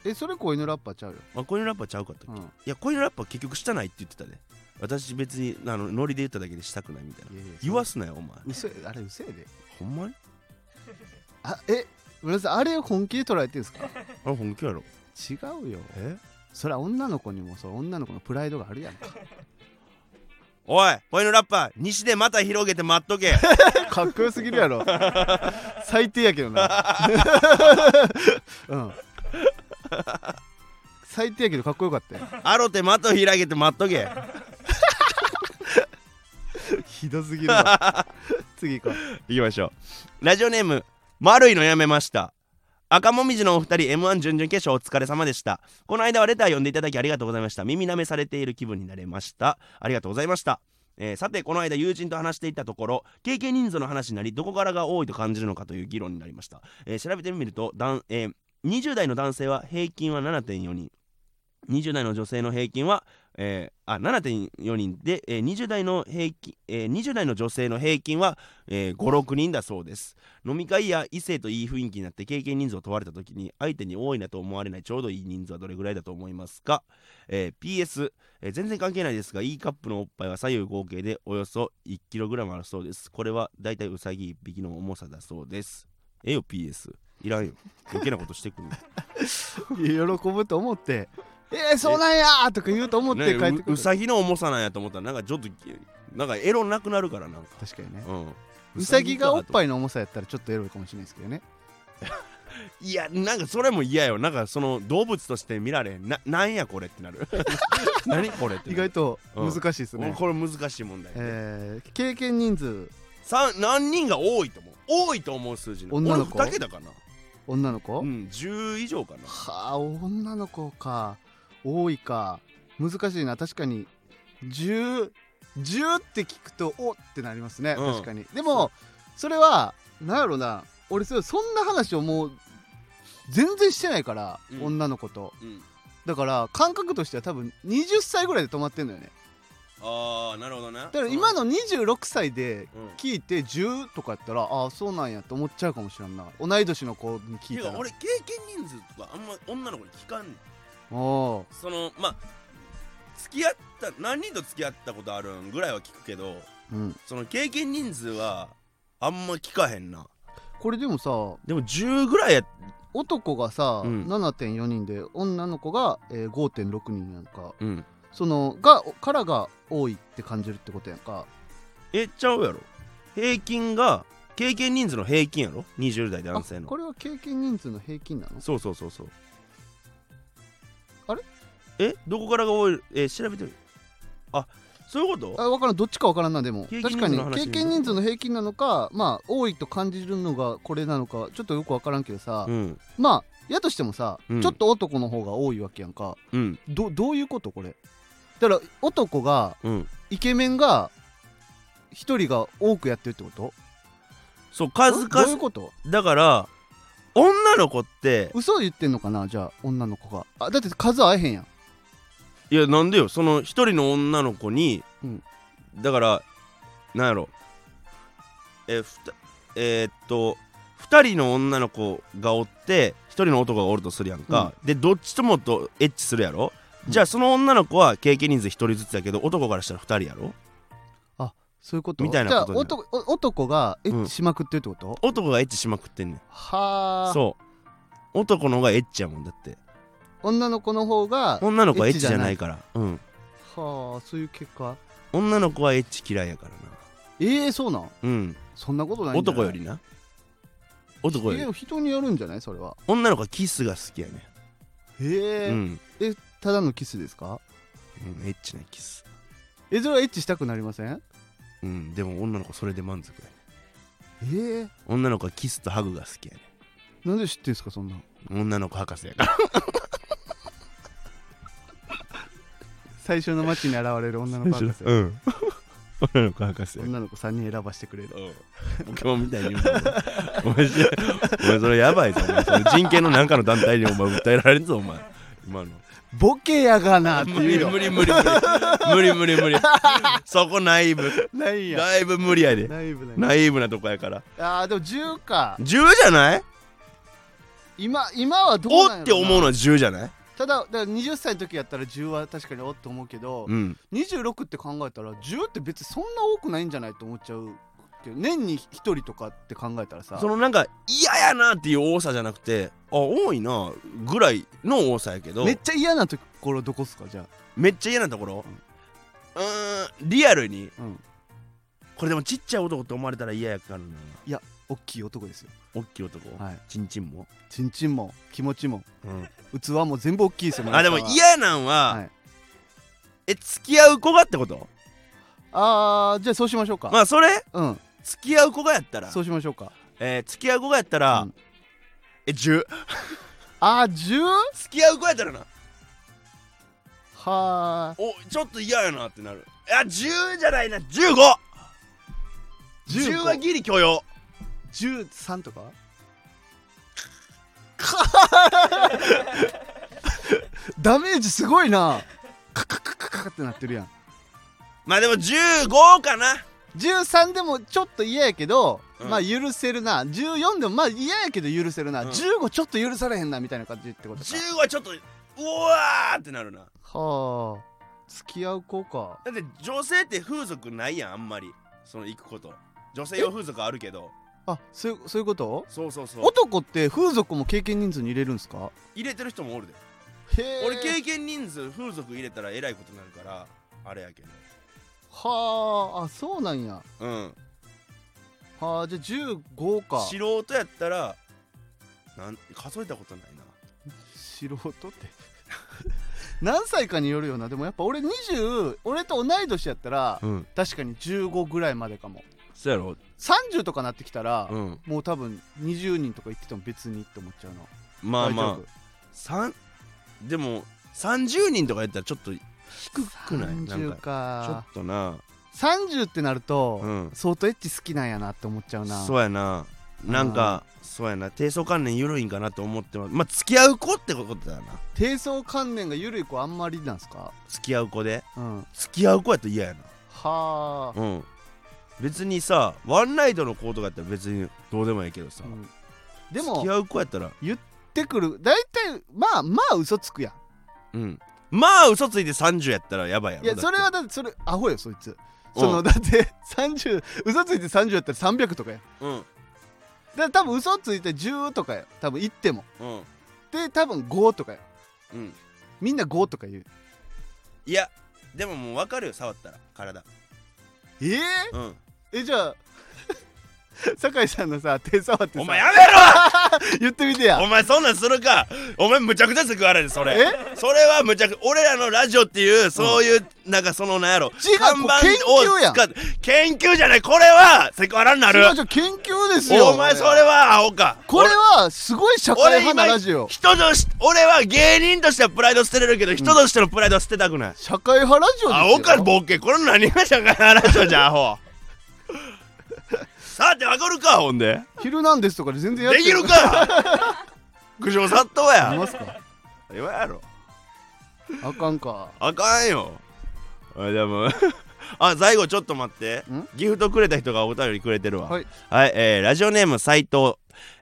S1: えそれ子犬ラッパーちゃうよ、
S2: あこういうラッパーちゃうかったっけ、
S1: うん、
S2: いやこういうラッパー結局したないって言ってたで私別にあのノリで言っただけでしたくないみたいない
S1: やいや
S2: 言わすなよお前
S1: 嘘やあれ嘘やで
S2: ほんまに
S1: あえ村田さんあれを本気で捉えてるんですか
S2: あれ本気やろ
S1: 違うよ
S2: え
S1: そりゃ女の子にもそら女の子のプライドがあるやんか
S2: おいこういうラッパー西でまた広げて待っ
S1: [laughs]
S2: とけ
S1: かっこよすぎるや [laughs] ろ最低やけどな [laughs] うん最低やけどかっこよかったよ
S2: アロテ的開けて待っとけ
S1: ひどすぎるわ [laughs] 次行こう
S2: いきましょうラジオネーム丸いのやめました赤もみじのお二人 m 1準々決勝お疲れ様でしたこの間はレター読んでいただきありがとうございました耳舐めされている気分になれましたありがとうございましたえーさてこの間友人と話していたところ経験人数の話になりどこからが多いと感じるのかという議論になりました、えー調べてみるとだん、えー20代の男性は平均は7.4人20代の女性の平均は、えーあ7.4人で、えー20代の平均、えー20代の女性の平均はえー56人だそうです飲み会や異性といい雰囲気になって経験人数を問われた時に相手に多いなと思われないちょうどいい人数はどれぐらいだと思いますか、えー PS、えー全然関係ないですが E カップのおっぱいは左右合計でおよそ 1kg あるそうですこれはだいたいウサギ1匹の重さだそうですええよ PS いらんよ余計なことしてくる
S1: [laughs] 喜ぶと思って「えー、そうなんや!」とか言うと思って帰って
S2: ね
S1: く
S2: う
S1: る
S2: うさぎの重さなんやと思ったらなんかちょっとなんかエロなくなるからなんか
S1: 確かにね
S2: うん
S1: うさぎがおっぱ
S2: い
S1: いの重さやったらちょっとエロいかもしれないですけどね
S2: いやなんかそれも嫌よなんかその動物として見られへんななんやこれってな
S1: [laughs]
S2: る何これって
S1: 意
S2: な
S1: 外
S2: る
S1: と
S2: うん
S1: 難しいですね、
S2: これ難しい問題、ね
S1: えー経験人数
S2: さ何人が多いと思う多いと思う数字の
S1: 女の子
S2: 俺だけだかな
S1: 女の子、
S2: うん10以上かな
S1: はあ女の子か多いか難しいな確かに1010って聞くとおってなりますね、
S2: うん
S1: 確かにでもそれはなんやろな俺それそんな話をもう全然してないから、
S2: うん
S1: 女の子と
S2: うん
S1: だから感覚としては多分20歳ぐらいで止まってんのよね
S2: ああなるほどな
S1: だから今、の26歳で
S2: うんうん
S1: 聞いて10とかやったらああそうなんやと思っちゃうかもしれんな同い年の子に聞い
S2: て
S1: た
S2: から俺経験人数とかあんま女の子に聞かん
S1: おー
S2: そのまあ付き合った何人と付き合ったことあるんぐらいは聞くけど
S1: うん、
S2: その経験人数はあんま聞かへんな
S1: これでもさ
S2: でも10ぐらいや
S1: 男がさ、
S2: うん
S1: 7.4人で女の子が、えー5.6人やんか
S2: うん
S1: そのがからが多いって感じるってことやんか
S2: えちゃうやろ平均が経験人数の平均やろ20代男性
S1: あ
S2: の
S1: これは経験人数の平均なの
S2: そうそうそうそう
S1: あれ
S2: えどこからが多いえ調べてるあそういうこと
S1: あ分からんどっちか分からんなでも
S2: 経験
S1: 確かに
S2: 人数の話
S1: 経験人数の平均なのかまあ多いと感じるのがこれなのかちょっとよく分からんけどさ、
S2: うん
S1: まあやとしてもさ、
S2: うん
S1: ちょっと男の方が多いわけやんか
S2: うん
S1: どどういうことこれだから男が
S2: うん
S1: イケメンが一人が多くやってるってこと
S2: そう数
S1: どういう
S2: 々
S1: こと
S2: だから女の子って
S1: 嘘言ってんのかなじゃあ女の子があだって数合えへんやん
S2: いやなんでよその一人の女の子に、
S1: うん
S2: だからなんやろえふたえーっと2人の女の子がおって1人の男がおるとするやんか、でどっちともとエッチするやろ、
S1: うん
S2: じゃあその女の子は経験人数1人ずつやけど男からしたら2人やろ
S1: そういうこと
S2: みたいなこと
S1: じゃあ
S2: にな
S1: 男お男がエッ
S2: うん
S1: チしまくってるってこと、
S2: 男がエッチしまくってんねん
S1: はあ
S2: そ男の方がエッチやもんだって
S1: 女の子の方がは
S2: 女の子はエッチじゃないからうん
S1: あそういう結果
S2: 女の子はエッチ嫌いやからな
S1: ええそうなん
S2: うん
S1: そんなことないんじゃない
S2: 男よりな男よ
S1: え
S2: り
S1: でも人によるんじゃないそれは
S2: 女の子はキスが好きやね
S1: へえ、
S2: うん、
S1: ただのキスですか
S2: うん、エッチなキス
S1: えそれはエッチしたくなりません
S2: うんでも女の子それで満足やね
S1: ええ
S2: 女の子はキスとハグが好きやね
S1: なんで知ってんすかそんなの
S2: 女の子博士
S1: [laughs]
S2: やから
S1: 最初の街に現れる女の子博士
S2: うん女の子博士やから
S1: [laughs] 女の子3人選ばしてくれる
S2: ポケモンみたいに言うなお前お前しお前それやばいぞお前その人権のなんかの団体にお前訴えられるぞお前今の
S1: ボケやがなって
S2: 無
S1: い
S2: 理
S1: うの
S2: 無理無理無理無理無理無理そこ内部
S1: [laughs] ないや
S2: だいぶ無理やで
S1: 内部ない
S2: ナイーブなとこやから
S1: あーでも10か
S2: 10じゃない
S1: 今今はどう
S2: お
S1: なんやろな
S2: って思うのは10じゃない
S1: ただだから20歳の時やったら10は確かにおって思うけど、
S2: うん
S1: 26って考えたら10って別にそんな多くないんじゃないと思っちゃうけど年に1人とかって考えたらさ
S2: そのなんか嫌やなっていう多さじゃなくてあ多いなぐらいの多さやけど
S1: めっちゃ嫌なところどこっすかじゃ
S2: めっちゃ嫌なところうーんリアルに
S1: あ、うん、
S2: これでもちっちゃい男と思われたら嫌やからな
S1: 大きい男ですよ
S2: おっきい男
S1: はい
S2: ちんちんも、
S1: ちんちんも気持ちも
S2: うん、
S1: 器も全部大きいですよ
S2: あでも
S1: 村田さんは
S2: 嫌なんは、
S1: はい
S2: え付き合う子がってこと
S1: あーじゃあそうしましょうか、
S2: まあそれ
S1: うん
S2: 付き合う子がやったら
S1: そうしましょうか
S2: えー付き合う子がやったら、
S1: うん
S2: え10
S1: あー 10?
S2: 付き合う子やったらな
S1: はー
S2: おちょっと嫌やなってなるいや10じゃないな15
S1: 15
S2: 10はギリ許容
S1: 13とかダメージすごいなカカカカカカってなってるやん
S2: まあでも15かな
S1: 13でもちょっと嫌やけど、
S2: うん
S1: まあ許せるな14でもまあ嫌やけど許せるな、
S2: うん
S1: 15ちょっと許されへんなみたいな感じってことか
S2: 15はちょっとうわーってなるな
S1: はあ付き合う子か
S2: だって女性って風俗ないやんあんまりその行くこと女性用風俗あるけど
S1: あそういうそういうこと
S2: そうそうそう
S1: 男って風俗も経験人数に入れるんすか
S2: 入れてる人もおるで
S1: へえ
S2: 俺経験人数風俗入れたらえらいことになるからあれやけど
S1: はああそうなんや
S2: うん
S1: はあじゃあ15か
S2: 素人やったらなん数えたことないな
S1: 素人って何歳かによるよなでもやっぱ俺20俺と同い年やったら
S2: うん
S1: 確かに15ぐらいまでかも
S2: そうやろ
S1: 30とかなってきたら、
S2: うん
S1: もう多分20人とか言ってても別にって思っちゃうの
S2: まあま
S1: 大丈夫
S2: あ三でも30人とかやったらちょっと低くないなん
S1: 30
S2: かちょ
S1: か
S2: っとな
S1: 30ってなると、
S2: うん
S1: 相当エッチ好きなんやなって思っちゃうな
S2: そうやななんかそうやな低層観念緩いんかなと思ってますまあ付き合う子ってことだよな
S1: 低層観念が緩い子あんまりなんすか
S2: 付き合う子で
S1: うんは
S2: 付き合う子やったら嫌や
S1: あ、
S2: なうん別にさワンナイトの子とかやったら別にどうでもいいけどさ、
S1: うんで
S2: 付
S1: も
S2: き合う子やったら
S1: ってくる大体まあまあ嘘つくやん
S2: うんまあ嘘ついて30やったらやばいやろ
S1: いや
S2: だって
S1: それはだってそれアホよそいつ
S2: うん
S1: そのだって30嘘ついて30やったら300とかや
S2: うん
S1: だから多分嘘ついて10とかや多分言っても
S2: うん
S1: で多分5とかや
S2: うん
S1: みんな5とか言う
S2: いやでももう分かるよ触ったら体
S1: えー、
S2: うん
S1: えじゃあ [laughs] 酒井さんのさ手触ってさ
S2: お前やめ
S1: 言ってみてや
S2: [laughs] ろお前そんなんするかお前むちゃくちゃすくわれるそれ
S1: え
S2: それはむちゃく俺らのラジオっていうそういう、なんかそのなんやろ
S1: 違うこれ研究やん
S2: って研究じゃないこれはセクハラになる
S1: 違う違う研究ですよ
S2: お前それはアホか
S1: これはすごい社会派なラジオ
S2: 人とし俺は芸人としてはプライド捨てれるけど、人としてのプライドは捨てたくない
S1: 社会派ラジオですよ
S2: アホかボケこれ何が社会派ラジオじゃん
S1: [laughs]
S2: アホさてわかるかほんで
S1: ヒルナンデスとかで全然やって
S2: できるか
S1: [laughs]
S2: 苦情殺到
S1: いま
S2: や
S1: すか
S2: 言わんやろ
S1: あかんか
S2: あかんよあでも [laughs] あ最後ちょっと待って
S1: ん
S2: ギフトくれた人がお便りくれてるわ
S1: はい
S2: はい、えーラジオネーム斉藤、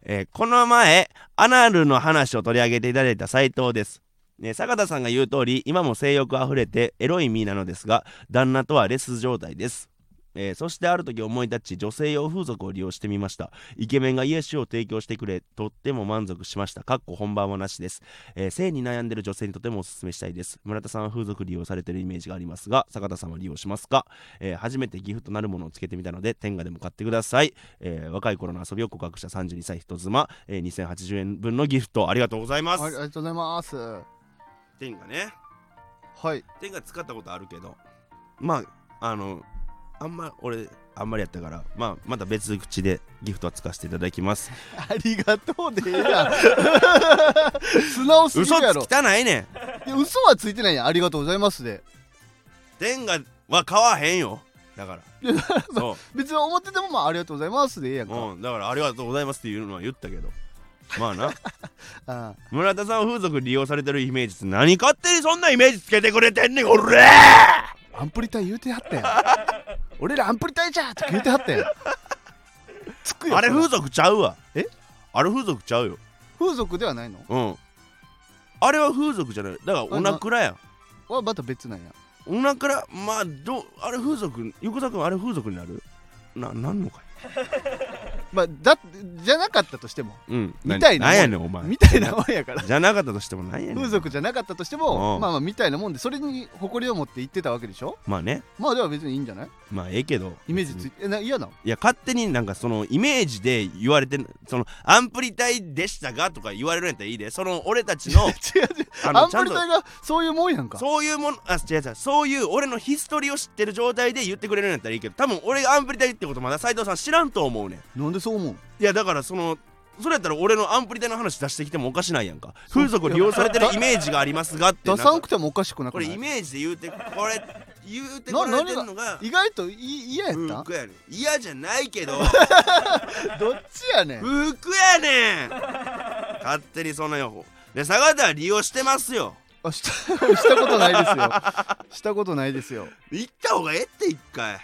S2: えーこの前アナルの話を取り上げていただいた斉藤です、ね、坂田さんが言う通り今も性欲あふれてエロい身なのですが旦那とはレス状態ですえーそしてある時思い立ち女性用風俗を利用してみましたイケメンがイエスを提供してくれとっても満足しましたかっこ本番はなしです、えー性に悩んでる女性にとてもおすすめしたいです村田さんは風俗利用されてるイメージがありますが坂田さんは利用しますか、えー初めてギフトなるものをつけてみたので天下でも買ってください、えー若い頃の遊びを告白した32歳人妻、えー2080円分のギフトありがとうございま
S1: ありが
S2: す
S1: とうございますは
S2: 天下ね
S1: い
S2: 天下使ったことあるけどまああのあんま俺あんまりやったからまあまた別口でギフトは使わせていただき
S1: [laughs]
S2: ます
S1: ありがとうでええやん [laughs] 素直すぎ
S2: 嘘
S1: るや
S2: つ
S1: ろ
S2: 汚いねん
S1: いや嘘はついてないやんありがとうございますで
S2: 天下は買わへんよだからそ
S1: 別に思っててもまあありがとうございますでええやん
S2: う、
S1: か、
S2: うん、だからありがとうございますっていうのは言ったけどまあな [laughs]
S1: あ
S2: 村田さん風俗利用されてるイメージって何勝手にそんなイメージつけてくれてんねんこれ
S1: アンプリ隊言うてはったやん [laughs] 俺らアンプリ隊じゃーって言うてはったやんつくよ
S2: あれ
S1: そら
S2: 風俗ちゃうわ
S1: え
S2: あれ風俗ちゃうよ
S1: 風俗ではないの
S2: うんあれは風俗じゃないだからおなくらやん
S1: はまた別なんや
S2: おなからまあどうあれ風俗横田君あれ風俗になるななんのか
S1: まあだじゃなかったとしても
S2: いうん
S1: みたいな
S2: なんやねんお前
S1: みたいなもんやから
S2: じゃなかったとしてもなんやね
S1: 風
S2: ん
S1: 俗じゃなかったとしても
S2: うん
S1: まあまあみたいなもんでそれに誇りを持って言ってたわけでしょ
S2: まあね
S1: まあでは別にいいんじゃない
S2: まあええけど
S1: イメージついてえな嫌なの
S2: いや勝手になんかそのイメージで言われてんそのアンプリ隊でしたがとか言われるんやったらいいでその俺た
S1: [laughs]
S2: ちの
S1: [laughs] 違う違う
S2: あ
S1: ア
S2: の
S1: ン
S2: ちゃ
S1: プ
S2: ん
S1: リ
S2: と
S1: 隊がそういうもんやんか
S2: そういうものあ違う違うそういう俺のヒストリーを知ってる状態で言ってくれるんやったらいいけど多分俺がアンプリ隊ってことまだ斎藤さん知らんと思うねん
S1: なんでそう思う
S2: いやだからそのそれやったら俺のアンプリ隊の話出してきてもおかしないやんか風俗利用されてるイメージがありますがってな
S1: 出
S2: んか
S1: さんくてもおかしくなく
S2: こ
S1: な
S2: れ
S1: い
S2: イメージで言うてこれ言うてこられてんのが
S1: 意外とい嫌や
S2: フ
S1: っ
S2: ー
S1: た
S2: クやねん嫌じゃないけど
S1: どっちやねん
S2: フークやねん勝手にそんなよで坂田は利用してますよ
S1: あしたしたことないですよしたことないですよ、
S2: 行った方がええって一回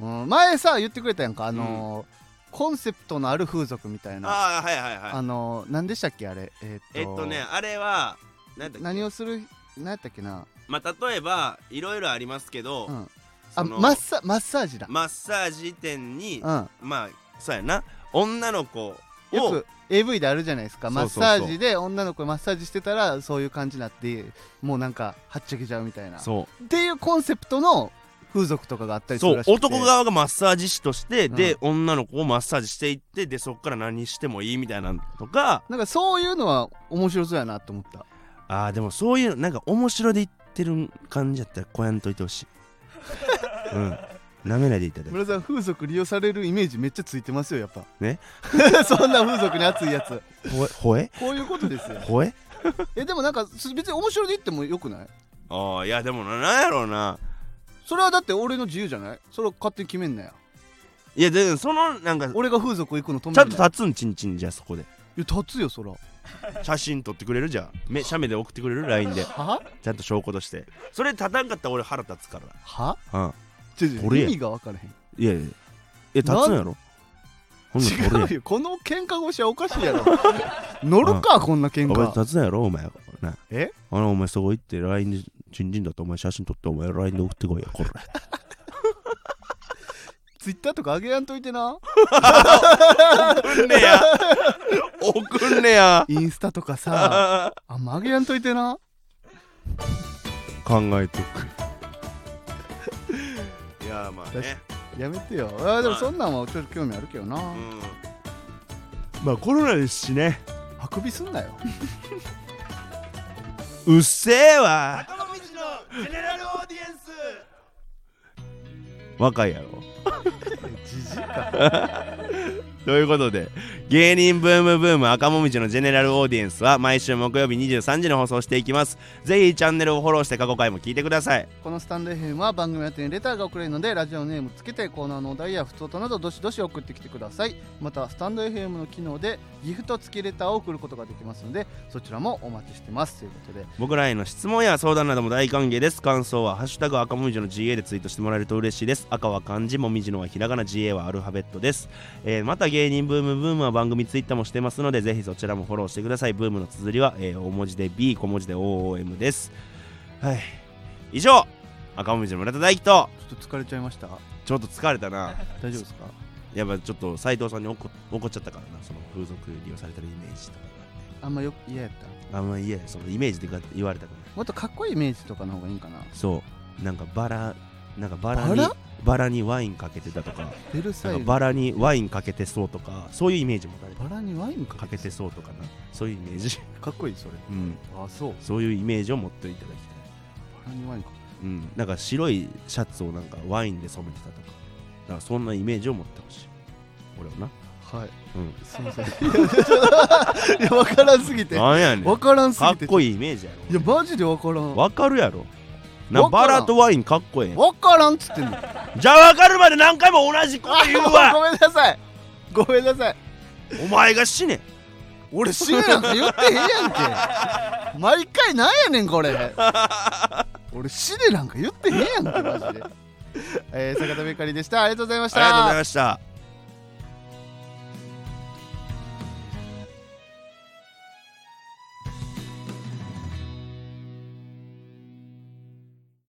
S1: うん、前さ言ってくれたやんかあのーコンセプトのある風俗みたいなあ
S2: ああはいはいはい
S1: のー何でしたっけあれえーっと
S2: えっとねあれはなんだっけ
S1: 何をする何やったっけな、
S2: まあ例えばいろいろありますけど、
S1: うん、あ
S2: その
S1: マッサマッサージだ、
S2: マッサージ店
S1: う
S2: に
S1: ん、
S2: まあそうやな女の子
S1: よ
S2: を
S1: く AV であるじゃないですか
S2: そ
S1: マ
S2: う
S1: ッ
S2: そうそう
S1: サージで女の子マッサージしてたらそういう感じになってもうなんかはっちゃけちゃうみたいなっ
S2: そう
S1: ていうコンセプトの風俗とかがあったりす
S2: そ
S1: る
S2: う
S1: らしくて
S2: 男側がマッサージ師として、
S1: うん
S2: で女の子をマッサージしていってでそっから何してもいいみたいなのとか
S1: なんかそういうのは面白そうやなと思った
S2: あーでもそういうなんか面白で言ってる感じやったらこやんといてほ
S1: [laughs]
S2: しいうんなめないでいただいて
S1: 村さん風俗利用されるイメージめっちゃついてますよやっぱ
S2: ね
S1: [laughs] そんな風俗に熱いやつ
S2: ほえほえ
S1: こういうことですよ
S2: ほえ
S1: えでもなんかす別に面白いで言ってもよくない
S2: ああいやでもななんやろうな
S1: それはだって俺の自由じゃないそれを勝手に決めんなよ
S2: いやでそのなんかち
S1: 俺が風俗行くの止めんな
S2: ゃ
S1: よ
S2: んと立つんちんちんじゃあそこで
S1: いや立つよそら
S2: 写真撮ってくれるじゃあめ写メで送ってくれる LINE で
S1: は
S2: ちゃんと証拠としてそれ立たんかったら俺腹立つか
S1: は
S2: らうん
S1: ちょちょ
S2: 取れ
S1: 意
S2: や
S1: 味が分からへん
S2: いやいやいやえ立つんやろほんなら撮れや
S1: 違うよこの喧嘩腰はおかしいやろ乗るかこんな喧
S2: お前
S1: 嘩
S2: 立つんやろお前な
S1: え
S2: あのお前そこ行って LINE でチンチンだとお前写真撮ってお前 LINE で送ってこいやこれ
S1: ツイッターとか上げやんといてな
S2: [laughs] 送んねや送んねや
S1: インスタとかさあんま上げやんといてな
S2: 考えとくいやまあね
S1: やめてよあでもそんなんはちょっと興味あるけどな、
S2: うんまあコロナですしね
S1: あくびすんなよ
S2: うっせえわ
S3: 坂道のジェネラルオーディエンス
S2: 若いやろ [laughs]
S1: じじいか
S2: ということで芸人ブームブーム赤もみじのジェネラルオーディエンスは毎週木曜日23時に放送していきますぜひチャンネルをフォローして過去回も聞いてください
S1: このスタンド FM は番組宛てにレターが送れるのでラジオネームつけてコーナーのお題や普通となどどしどし送ってきてくださいまたスタンド FM の機能でギフト付きレターを送ることができますのでそちらもお待ちしてますということで
S2: 僕らへの質問や相談なども大歓迎です感想は「ハッシュタグ赤もみじの GA」でツイートしてもらえると嬉しいです赤は漢字もみじのはひらがな GA はアルファベットです、えーまた芸人ブームブームは番組ツイッターもしてますのでぜひそちらもフォローしてくださいブームの綴りは、えー大文字で B 小文字で OOM ですはい以上赤もみじの村田大樹と
S1: ちょっと疲れちゃいました
S2: ちょっとちょっと疲れたな
S1: 大丈夫ですか
S2: やっぱちょっと斎藤さんに怒怒っちゃったからなその風俗利用されてるイメージとか
S1: あんまよ嫌やった
S2: あんまいやそのイメージでか言われたくない
S1: もっとかっこいいイメージとかの方がいいんかな
S2: そうなんかバラなんかバラに
S1: バラ
S2: バラにワインかけてたとか
S1: ベル
S2: な
S1: サイ
S2: ん
S1: ユ
S2: かバラにワインかけてそうとかそういうイメージもられた
S1: バラにワイン
S2: か
S1: かけ
S2: けてそうとかなそういうイメージ、
S1: かっこいいそれ
S2: うん、
S1: あそう
S2: そういうイメージを持っていただきたい
S1: バラにワインか
S2: うん、なんか白いシャツをなんかワインで染めてたとかだからそんなイメージを持ってほしい俺はな
S1: はい
S2: うん
S1: すいま [laughs] せんいや分からんすぎて
S2: なんやねん
S1: 分からんす
S2: か
S1: ぎ
S2: ってこいいイメージや
S1: いやマジで分からん
S2: ろわかるやろな
S1: わか
S2: バ
S1: らん
S2: ラとワインかっこえ
S1: 分からんっつってんの
S2: えじゃあわかるまで何回も同じこと言う
S1: [laughs]
S2: わ
S1: ごめんなさいごめんなさい
S2: お前が死ね
S1: 俺死ぬなんて言ってへんやんけ毎回なんやねんこ
S2: [laughs]
S1: れ俺死ねなんか言ってへんやんけマジで、えー、坂田ベーカリーでしたありがとうございまし
S2: ありがとうご
S1: た
S2: ざいました